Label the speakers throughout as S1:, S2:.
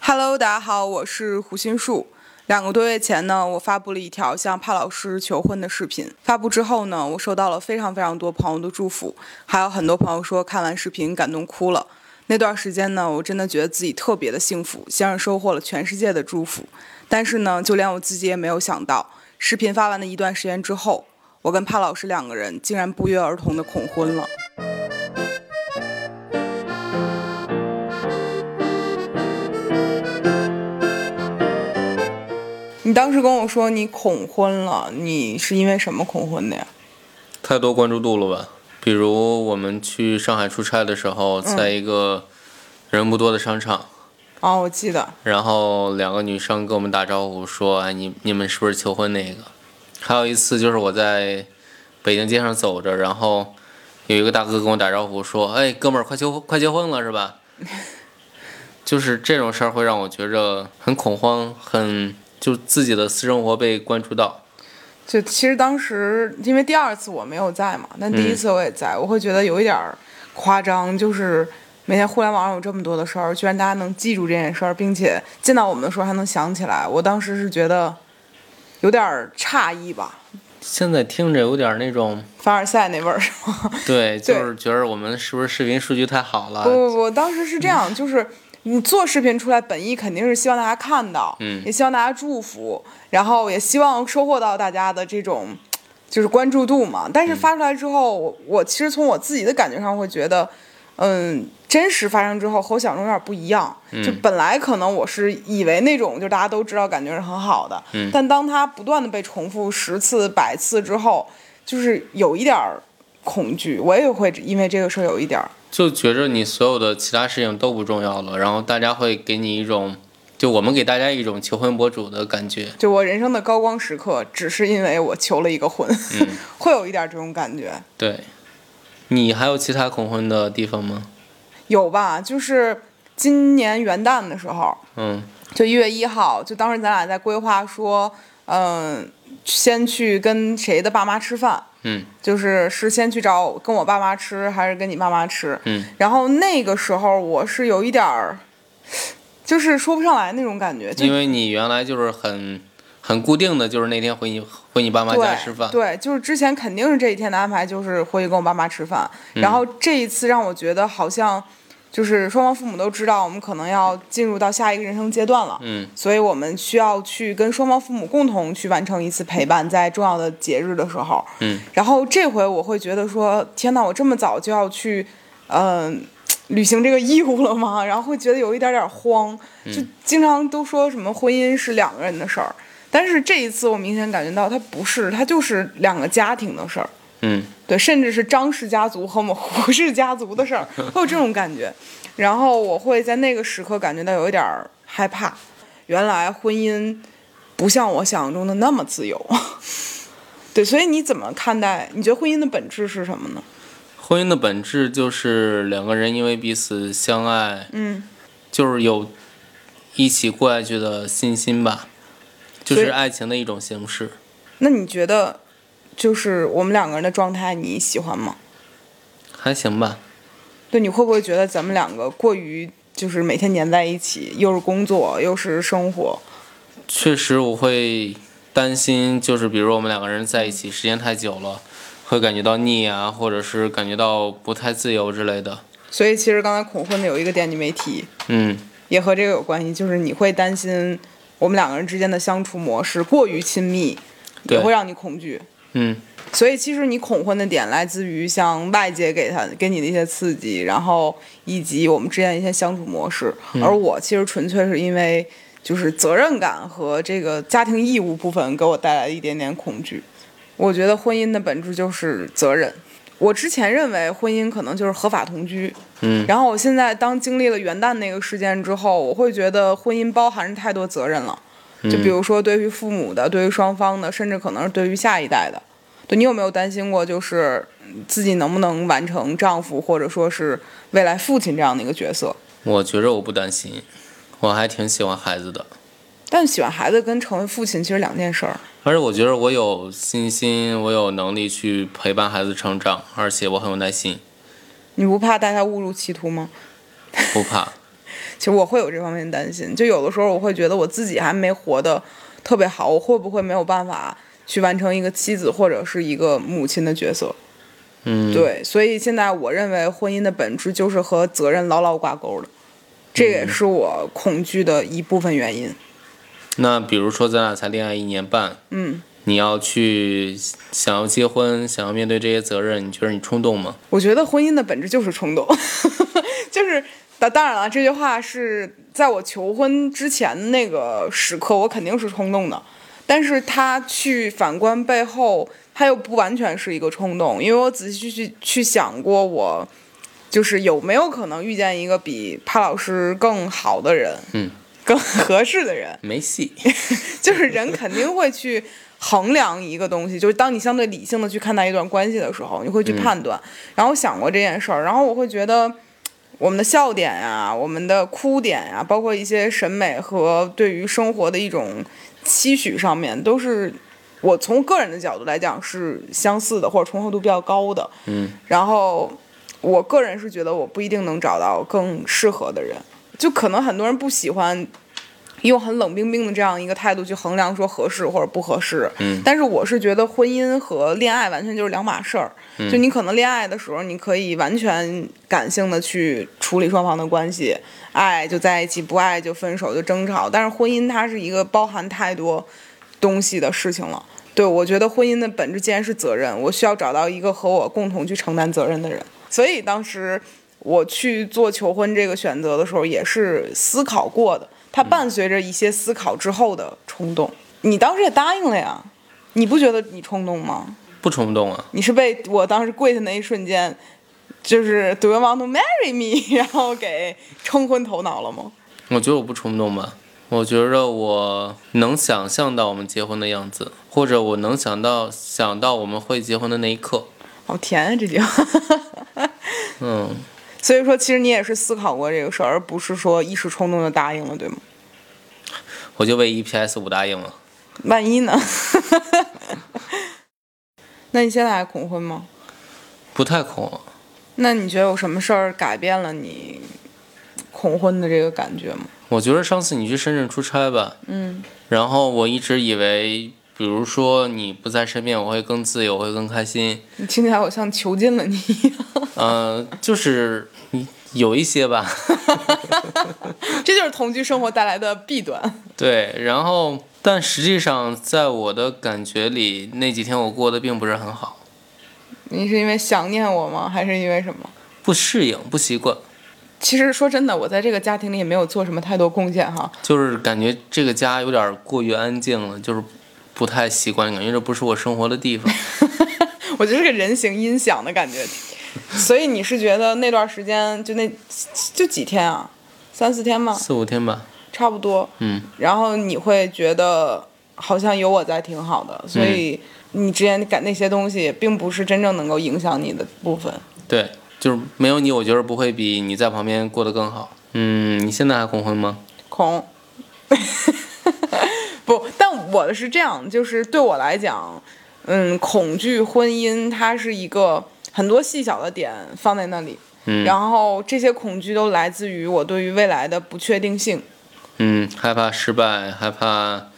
S1: Hello，大家好，我是胡心树。两个多月前呢，我发布了一条向帕老师求婚的视频。发布之后呢，我收到了非常非常多朋友的祝福，还有很多朋友说看完视频感动哭了。那段时间呢，我真的觉得自己特别的幸福，像是收获了全世界的祝福。但是呢，就连我自己也没有想到，视频发完的一段时间之后，我跟帕老师两个人竟然不约而同的恐婚了。你当时跟我说你恐婚了，你是因为什么恐婚的呀？
S2: 太多关注度了吧？比如我们去上海出差的时候，在一个人不多的商场，
S1: 哦，我记得，
S2: 然后两个女生跟我们打招呼说：“哎，你你们是不是求婚那个？”还有一次就是我在北京街上走着，然后有一个大哥跟我打招呼说：“哎，哥们儿，快求快结婚了是吧？” 就是这种事儿会让我觉着很恐慌，很就自己的私生活被关注到。
S1: 就其实当时因为第二次我没有在嘛，但第一次我也在，我会觉得有一点儿夸张，就是每天互联网上有这么多的事儿，居然大家能记住这件事儿，并且见到我们的时候还能想起来，我当时是觉得有点儿诧异吧，
S2: 现在听着有点儿那种。
S1: 凡尔赛那味儿是吗？
S2: 对，就
S1: 对嗯
S2: 是觉得我们是不是视频数据太好了？
S1: 不不不，当时是这样，就是你做视频出来，本意肯定是希望大家看到，
S2: 嗯
S1: 也希望大家祝福，然后也希望收获到大家的这种就是关注度嘛。但是发出来之后，我我其实从我自己的感觉上会觉得，嗯，真实发生之后和我想中有点不一样。就本来可能我是以为那种就大家都知道，感觉是很好的，但当它不断的被重复十次、百次之后，就是有一点儿恐惧，我也会因为这个事儿有一点儿。
S2: 就觉着你所有的其他事情都不重要了，然后大家会给你一种，就我们给大家一种求婚博主的感觉。
S1: 就我人生的高光时刻，只是因为我求了一个婚， 会有一点这种感觉，
S2: 对，你还有其他恐婚的地方吗？
S1: 有吧？就是今年元旦的时候，
S2: 嗯，
S1: 就一月一号，就当时咱俩在规划说，嗯、先去跟谁的爸妈吃饭，
S2: 嗯，
S1: 就是是先去找跟我爸妈吃，还是跟你爸妈吃，
S2: 嗯，
S1: 然后那个时候我是有一点儿，就是说不上来那种感觉，就
S2: 因为你原来就是很很固定的，就是那天回你回你爸妈
S1: 对
S2: 家吃饭。
S1: 对，就是之前肯定是这一天的安排，就是回去跟我爸妈吃饭。
S2: 嗯
S1: 然后这一次让我觉得好像，就是双方父母都知道我们可能要进入到下一个人生阶段了，
S2: 嗯，
S1: 所以我们需要去跟双方父母共同去完成一次陪伴，在重要的节日的时候。
S2: 嗯，
S1: 然后这回我会觉得说，天呐，我这么早就要去，嗯、履行这个义务了吗？ 然后会觉得有一点点慌，就经常都说什么婚姻是两个人的事儿，但是这一次我明显感觉到它不是，它就是两个家庭的事儿，
S2: 嗯，
S1: 对，甚至是张氏家族和我们胡氏家族的事儿，会有这种感觉。然后我会在那个时刻感觉到有一点儿害怕，原来婚姻不像我想象中的那么自由。 对，所以你怎么看待？你觉得婚姻的本质是什么呢？
S2: 婚姻的本质就是两个人因为彼此相爱，
S1: 嗯，
S2: 就是有一起过下去的信心吧，就
S1: 所以
S2: 是爱情的一种形式。
S1: 那你觉得，就是我们两个人的状态，你喜欢吗？
S2: 还行吧，
S1: 对，你会不会觉得咱们两个过于就是每天粘在一起，又是工作又是生活？
S2: 确实我会担心，就是比如我们两个人在一起时间太久了，会感觉到腻啊，或者是感觉到不太自由之类的。
S1: 所以其实刚才恐婚的有一个点你没提，
S2: 嗯，
S1: 也和这个有关系，就是你会担心我们两个人之间的相处模式过于亲密，也
S2: 对
S1: 会，让你恐惧。
S2: 嗯，
S1: 所以其实你恐婚的点来自于像外界给他给你的一些刺激，然后以及我们之间的一些相处模式。而我其实纯粹是因为就是责任感和这个家庭义务部分给我带来一点点恐惧。我觉得婚姻的本质就是责任。我之前认为婚姻可能就是合法同居，
S2: 嗯，
S1: 然后我现在当经历了元旦那个事件之后，我会觉得婚姻包含着太多责任了，就比如说对于父母的、对于双方的，甚至可能是对于下一代的。对你有没有担心过，就是嗯自己能不能完成丈夫或者说是未来父亲这样的一个角色？
S2: 我觉着我不担心，我还挺喜欢孩子的，
S1: 但喜欢孩子跟成为父亲其实两件事儿。
S2: 而且我觉着我有信心，我有能力去陪伴孩子成长，而且我很有耐心，
S1: 你不怕带他误入歧途吗？
S2: 不怕。
S1: 其实我会有这方面的担心，就有的时候我会觉得我自己还没活得特别好，我会不会没有办法去完成一个妻子或者是一个母亲的角色？
S2: 嗯，
S1: 对，所以现在我认为婚姻的本质就是和责任牢牢挂钩的，这也是我恐惧的一部分原因。
S2: 那比如说咱俩才恋爱一年半，
S1: 嗯，
S2: 你要去想要结婚，想要面对这些责任，你觉得你冲动吗？
S1: 我觉得婚姻的本质就是冲动， 就是当当然了，这句话是在我求婚之前那个时刻，我肯定是冲动的。但是他去反观背后，他又不完全是一个冲动，因为我仔细去去想过我，就是有没有可能遇见一个比帕老师更好的人，
S2: 嗯，
S1: 更合适的人，
S2: 没戏。
S1: 就是人肯定会去衡量一个东西，就是当你相对理性的去看待一段关系的时候，你会去判断。然后想过这件事儿，然后我会觉得我们的笑点呀、我们的哭点呀、包括一些审美和对于生活的一种期许上面，都是我从个人的角度来讲是相似的，或者重合度比较高的。
S2: 嗯，
S1: 然后我个人是觉得我不一定能找到更适合的人，就可能很多人不喜欢用很冷冰冰的这样一个态度去衡量说合适或者不合适。
S2: 嗯
S1: 但是我是觉得婚姻和恋爱完全就是两码事儿。就你可能恋爱的时候，你可以完全感性的去处理双方的关系，爱就在一起，不爱就分手就争吵。但是婚姻它是一个包含太多东西的事情了。对，我觉得婚姻的本质既然是责任，我需要找到一个和我共同去承担责任的人。所以当时我去做求婚这个选择的时候，也是思考过的，它伴随着一些思考之后的冲动。你当时也答应了呀，你不觉得你冲动吗？
S2: 不冲动啊，
S1: 你是被我当时跪下那一瞬间，就是 Do you want to marry me，然 后给冲昏头脑了吗？
S2: 我觉得我不冲动吧。我觉得我能想象到我们结婚的样子，或者我能想到想到我们会结婚的那一刻。
S1: 好甜啊，这句话。
S2: 嗯，
S1: 所以说，其实你也是思考过这个事儿，而不是说一时冲动就答应了，对吗？
S2: 我就为 EPS 五答应了。
S1: 万一呢？ 那你现在还恐婚吗？
S2: 不太恐，
S1: 那你觉得有什么事儿改变了你恐婚的这个感觉吗？
S2: 我觉得上次你去深圳出差吧，
S1: 嗯，
S2: 然后我一直以为，比如说你不在身边，我会更自由，我会更开心。
S1: 你听起来好像囚禁了你一样，
S2: 嗯、就是嗯有一些吧，
S1: 这就是同居生活带来的弊端。
S2: 对。然后，但实际上，在我的感觉里，那几天我过得并不是很好，
S1: 你是因为想念我吗？还是因为什么？
S2: 不适应，不习惯，
S1: 其实说真的，我在这个家庭里也没有做什么太多贡献哈。
S2: 就是感觉这个家有点过于安静了，就是不太习惯，感觉这不是我生活的地方。
S1: 我就是个人形音响的感觉。所以你是觉得那段时间就那就几天啊，三四天吗？
S2: 四五天吧，
S1: 差不多。
S2: 嗯，
S1: 然后你会觉得好像有我在挺好的，所以你之前感那些东西并不是真正能够影响你的部分。
S2: 对，就是没有你，我觉得不会比你在旁边过得更好。嗯，你现在还恐婚吗？
S1: 空， 不，但我的是这样，就是对我来讲，嗯，恐惧婚姻它是一个很多细小的点放在那里，
S2: 嗯
S1: 然后这些恐惧都来自于我对于未来的不确定性。
S2: 嗯，害怕失败，害怕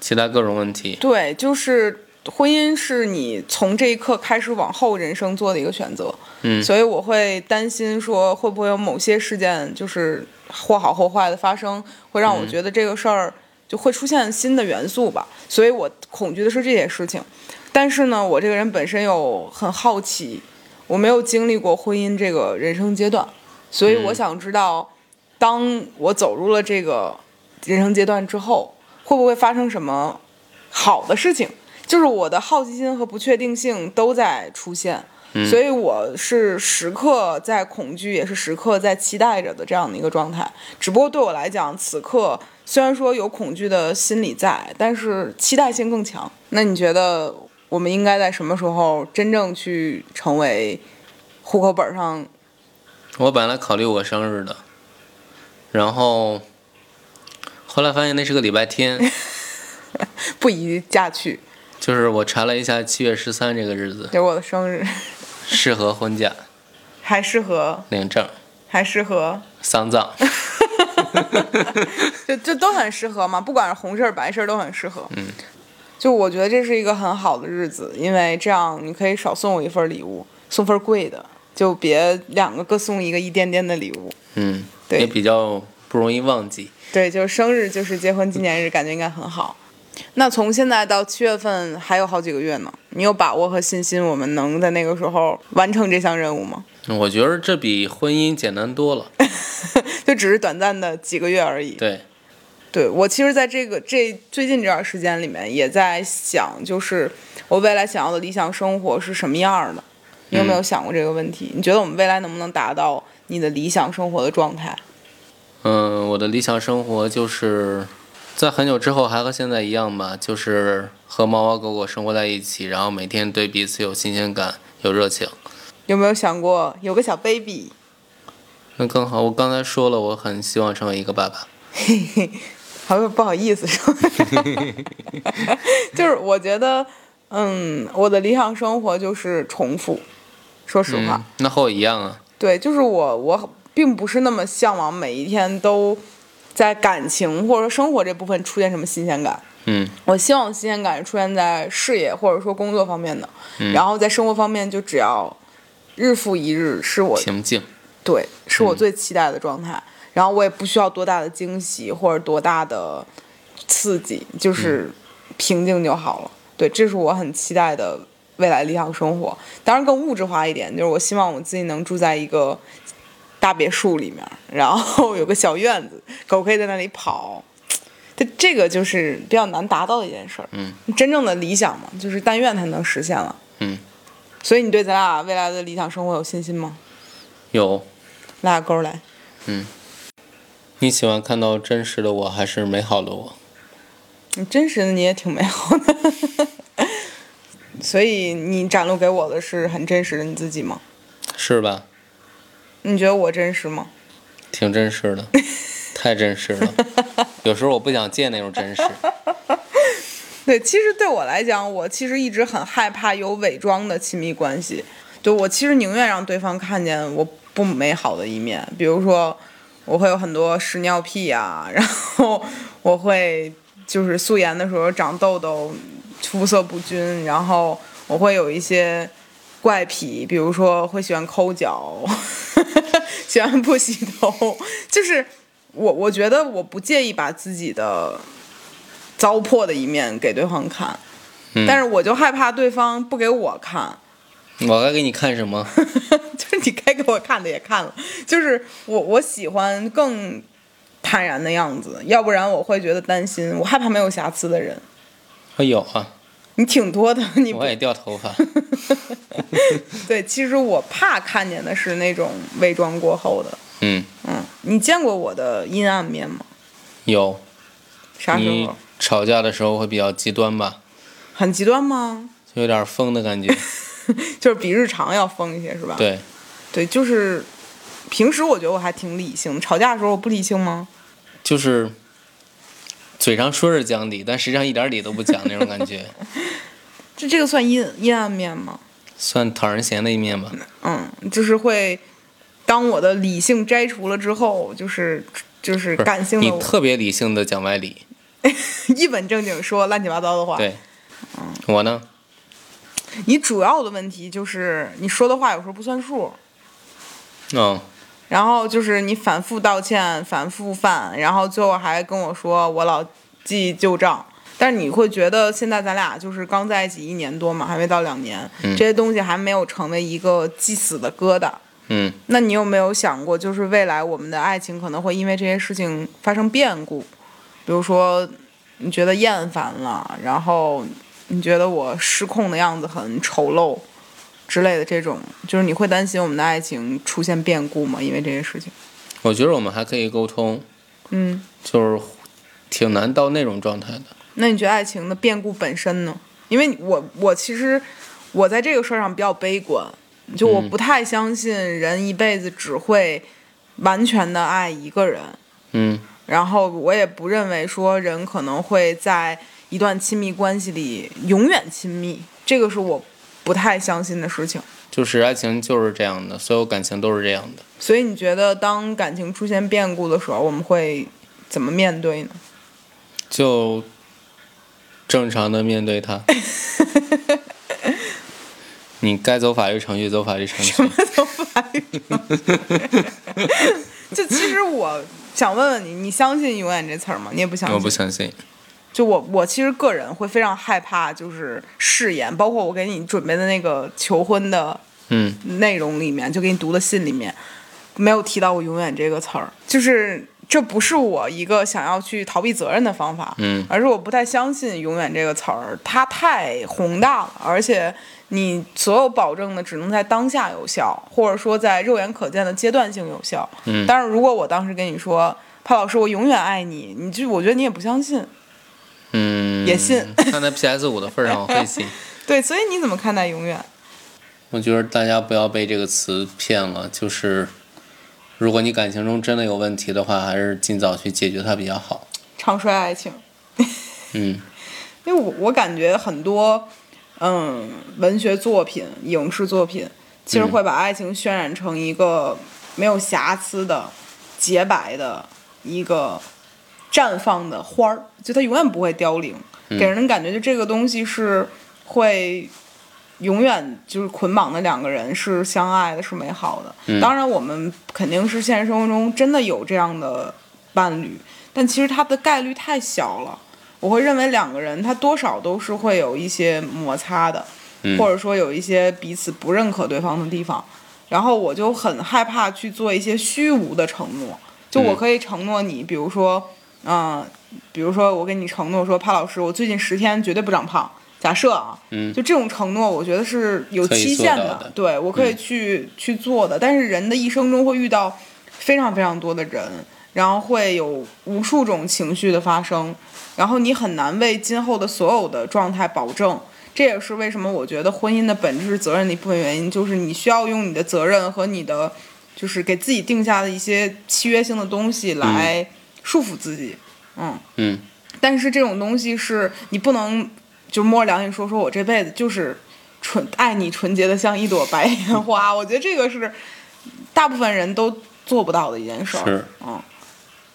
S2: 其他各种问题。
S1: 对，就是婚姻是你从这一刻开始往后人生做的一个选择。
S2: 嗯
S1: 所以我会担心说，会不会有某些事件就是或好或坏的发生，会让我觉得这个事儿就会出现新的元素吧。所以我恐惧的是这些事情。但是呢，我这个人本身又很好奇，我没有经历过婚姻这个人生阶段，所以我想知道，当我走入了这个人生阶段之后，会不会发生什么好的事情？就是我的好奇心和不确定性都在出现，所以我是时刻在恐惧，也是时刻在期待着的这样的一个状态。只不过对我来讲，此刻虽然说有恐惧的心理在，但是期待性更强。那你觉得我们应该在什么时候真正去成为户口本上？
S2: 我本来考虑我生日的，然后后来发现那是个礼拜天，
S1: 不宜嫁娶，
S2: 就是我查了一下，七月十三这个日子
S1: 就是我的生日，
S2: 适合婚嫁、
S1: 还适合，
S2: 领证、
S1: 还适合，
S2: 丧葬。
S1: 就就都很适合嘛，不管是红事儿白事儿都很适合。嗯，就我觉得这是一个很好的日子，因为这样你可以少送我一份礼物，送份贵的，就别两个各送一个一点点的礼物。
S2: 嗯，
S1: 对
S2: 也比较不容易忘记。
S1: 对，就是生日，就是结婚纪念日，感觉应该很好。那从现在到七月份还有好几个月呢，你有把握和信心我们能在那个时候完成这项任务吗？
S2: 我觉得这比婚姻简单多了。
S1: 就只是短暂的几个月而已。
S2: 对，
S1: 对我其实在这个这最近这段时间里面，也在想，就是我未来想要的理想生活是什么样儿的？你有没有想过这个问题？你觉得我们未来能不能达到你的理想生活的状态？
S2: 嗯，我的理想生活就是在很久之后还和现在一样吧，就是和猫猫狗狗生活在一起，然后每天对彼此有新鲜感、有热情，
S1: 有没有想过有个小 baby？
S2: 那更好。我刚才说了，我很希望成为一个爸爸。
S1: 好像不好意思说， 就是我觉得，嗯，我的理想生活就是重复。说实话，
S2: 嗯，那和我一样啊。
S1: 对，就是我，我并不是那么向往每一天都在感情或者说生活这部分出现什么新鲜感。
S2: 嗯
S1: 我希望新鲜感是出现在事业或者说工作方面的，然后在生活方面就只要日复一日，是我
S2: 平静。
S1: 对，是我最期待的状态。然后我也不需要多大的惊喜或者多大的刺激，就是平静就好了。对，这是我很期待的未来理想生活。当然更物质化一点，就是我希望我自己能住在一个大别墅里面，然后有个小院子，狗可以在那里跑。这这个就是比较难达到的一件事儿。
S2: 嗯，
S1: 真正的理想嘛，就是但愿它能实现了。
S2: 嗯，
S1: 所以你对咱俩未来的理想生活有信心吗？
S2: 有。
S1: 拉个勾来。
S2: 你喜欢看到真实的我，还是美好的我？
S1: 你真实的你也挺美好的， 所以你展露给我的是很真实的你自己吗？
S2: 是吧？
S1: 你觉得我真实吗？
S2: 挺真实的，太真实 了。有时候我不想见那种真实。
S1: 对，其实对我来讲，我其实一直很害怕有伪装的亲密关系。对我其实宁愿让对方看见我不美好的一面，比如说我会有很多屎尿屁啊，然后我会就是素颜的时候长痘痘，肤色不均，然后我会有一些怪癖，比如说会喜欢抠脚， 喜欢不洗头，就是我我觉得我不介意把自己的糟粕的一面给对方看，
S2: 嗯
S1: 但是我就害怕对方不给我看，
S2: 我该给你看什么？
S1: 就是你该给我看的也看了，就是我我喜欢更坦然的样子，要不然我会觉得担心，我害怕没有瑕疵的人。
S2: 我有啊，
S1: 你挺多的， 你不
S2: 我也掉头发。
S1: 对，其实我怕看见的是那种伪装过后的。
S2: 嗯，
S1: 嗯，你见过我的阴暗面吗？
S2: 有。
S1: 啥时
S2: 你
S1: 候？
S2: 吵架的时候会比较极端吧？
S1: 很极端吗？
S2: 就有点疯的感 觉。
S1: 就是比日常要疯一些，是吧？
S2: 对，
S1: 对，就是平时我觉得我还挺理性，吵架的时候我不理性吗？
S2: 就是嘴上说是讲理，但实际上一点理都不讲那种感 觉，
S1: 这这个算阴阴暗面吗？
S2: 算讨人嫌的一面吧。
S1: 嗯，就是会，当我的理性摘除了之后，就是就是
S2: 不是
S1: 感性
S2: 你
S1: 的我
S2: 特别理性的讲歪理。
S1: 一本正经说乱七八糟的话。
S2: 对，我呢，
S1: 你主要的问题就是你说的话有时候不算数，
S2: 嗯，
S1: 然后就是你反复道歉、反复犯，然后最后还跟我说我老记旧账。但是你会觉得现在咱俩就是刚在一起一年多嘛，还没到两年，这些东西还没有成为一个既死的疙瘩。
S2: 嗯，
S1: 那你有没有想过，就是未来我们的爱情可能会因为这些事情发生变故？比如说，你觉得厌烦了，然后你觉得我失控的样子很丑陋之类的这种，就是你会担心我们的爱情出现变故吗？因为这些事情，
S2: 我觉得我们还可以沟通，
S1: 嗯，
S2: 就是挺难到那种状态的。
S1: 那你觉得爱情的变故本身呢？因为我我其实我在这个事儿上比较悲观，就我不太相信人一辈子只会完全的爱一个人。
S2: 嗯
S1: 然后我也不认为说人可能会在一段亲密关系里永远亲密，这个是我不太相信的事情。
S2: 就是爱情就是这样的，所有感情都是这样的。
S1: 所以你觉得当感情出现变故的时候，我们会怎么面对呢？
S2: 就正常的面对 它。你该走法律程序，走法律程序。
S1: 就其实我想问问你，你相信“永远”这词儿吗？你也不相信。
S2: 我不相信，
S1: 就我我其实个人会非常害怕，就是誓言，包括我给你准备的那个求婚的
S2: 嗯，
S1: 内容里面，就给你读的信里面，没有提到过“永远”这个词儿，就是这不是我一个想要去逃避责任的方法，
S2: 嗯，
S1: 而是我不太相信“永远”这个词儿，它太宏大了，而且你所有保证的只能在当下有效，或者说在肉眼可见的阶段性有效，
S2: 嗯
S1: 但是如果我当时跟你说。潘老师，我永远爱你，你就我觉得你也不相信，
S2: 嗯，
S1: 也信
S2: 看在 PS 五的份儿上，我会信。
S1: 对，所以你怎么看待永远？
S2: 我觉得大家不要被这个词骗了，就是如果你感情中真的有问题的话，还是尽早去解决它比较好。
S1: 唱衰爱情，
S2: 嗯，
S1: 因为我我感觉很多，嗯，文学作品、影视作品，其实会把爱情渲染成一个没有瑕疵的、洁白的一个绽放的花儿，就它永远不会凋零，给人的感觉就这个东西是会永远就是捆绑的两个人是相爱的，是美好的。当然，我们肯定是现实生活中真的有这样的伴侣，但其实它的概率太小了。我会认为两个人他多少都是会有一些摩擦的，
S2: 嗯
S1: 或者说有一些彼此不认可对方的地方。然后我就很害怕去做一些虚无的承诺，就我可以承诺你，比如说，嗯、比如说我给你承诺说，潘老师，我最近十天绝对不长胖。假设啊，嗯，就这种承诺，我觉得是有
S2: 可以
S1: 期
S2: 做
S1: 限
S2: 到
S1: 的
S2: 的嗯
S1: 对我可以去、去做的。但是人的一生中会遇到非常非常多的人，然后会有无数种情绪的发生，然后你很难为今后的所有的状态保证。这也是为什么我觉得婚姻的本质是责任的一部分原因，就是你需要用你的责任和你的就是给自己定下的一些契约性的东西来束缚自己。嗯
S2: 嗯，
S1: 但是这种东西是你不能就摸着良心说，说我这辈子就是纯爱你纯洁的像一朵白莲花。我觉得这个是大部分人都做不到的一件事儿。
S2: 是
S1: 嗯。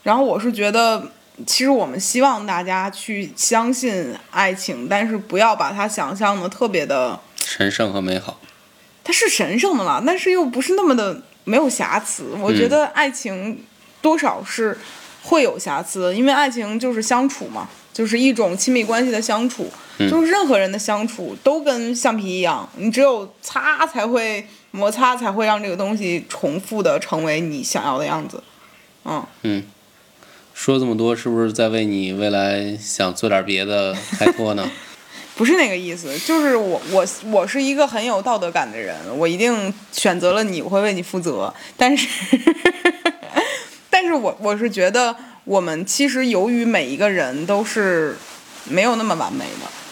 S1: 然后我是觉得，其实我们希望大家去相信爱情，但是不要把它想象的特别的，
S2: 神圣和美好。
S1: 它是神圣的啦，但是又不是那么的没有瑕疵。我觉得爱情多少是会有瑕疵的，因为爱情就是相处嘛，就是一种亲密关系的相处，就是任何人的相处都跟橡皮一样，你只有擦才会摩擦，才会让这个东西重复的成为你想要的样子。嗯，
S2: 嗯，说这么多，是不是在为你未来想做点别的开脱呢？
S1: 不是那个意思，就是我我我是一个很有道德感的人，我一定选择了你，我会为你负责。但是， 但是我我是觉得，我们其实由于每一个人都是没有那么完美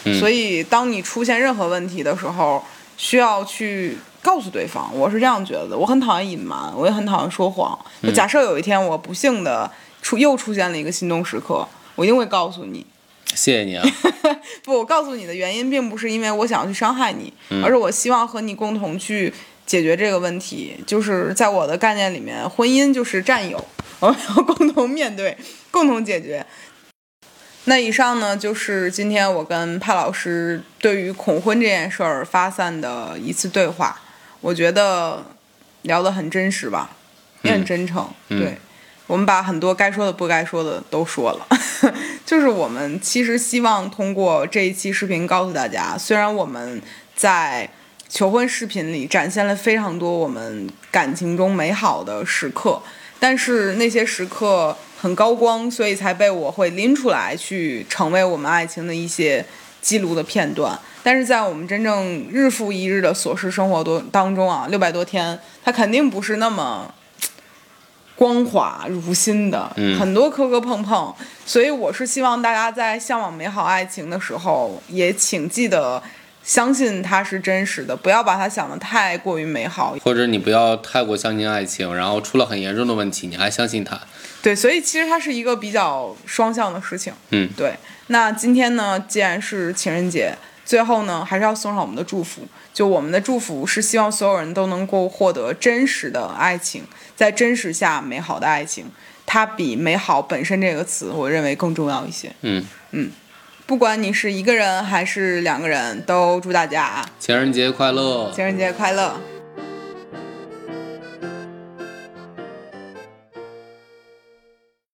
S1: 的，所以当你出现任何问题的时候，需要去告诉对方。我是这样觉得的，我很讨厌隐瞒，我也很讨厌说谎。就假设有一天我不幸的出又出现了一个心动时刻，我一定会告诉你。
S2: 谢谢你啊，
S1: 不，我告诉你的原因并不是因为我想要去伤害你，而是我希望和你共同去解决这个问题。就是在我的概念里面，婚姻就是战友，我们要共同面对，共同解决。那以上呢，就是今天我跟派老师对于恐婚这件事儿发散的一次对话。我觉得聊得很真实吧，也很真诚。对，我们把很多该说的、不该说的都说了。就是我们其实希望通过这一期视频告诉大家，虽然我们在求婚视频里展现了非常多我们感情中美好的时刻，但是那些时刻很高光，所以才被我会拎出来去成为我们爱情的一些记录的片段。但是在我们真正日复一日的琐事生活多当中啊，六百多天，它肯定不是那么光滑如新的，很多磕磕碰碰。所以我是希望大家在向往美好爱情的时候，也请记得相信它是真实的，不要把它想得太过于美好。
S2: 或者你不要太过相信爱情，然后出了很严重的问题，你还相信它。
S1: 对，所以其实它是一个比较双向的事情。
S2: 嗯
S1: 对。那今天呢，既然是情人节，最后呢，还是要送上我们的祝福。就我们的祝福是希望所有人都能够获得真实的爱情，在真实下美好的爱情，它比“美好”本身这个词，我认为更重要一些。
S2: 嗯，
S1: 不管你是一个人还是两个人，都祝大家
S2: 情人节快乐！
S1: 情人节快乐。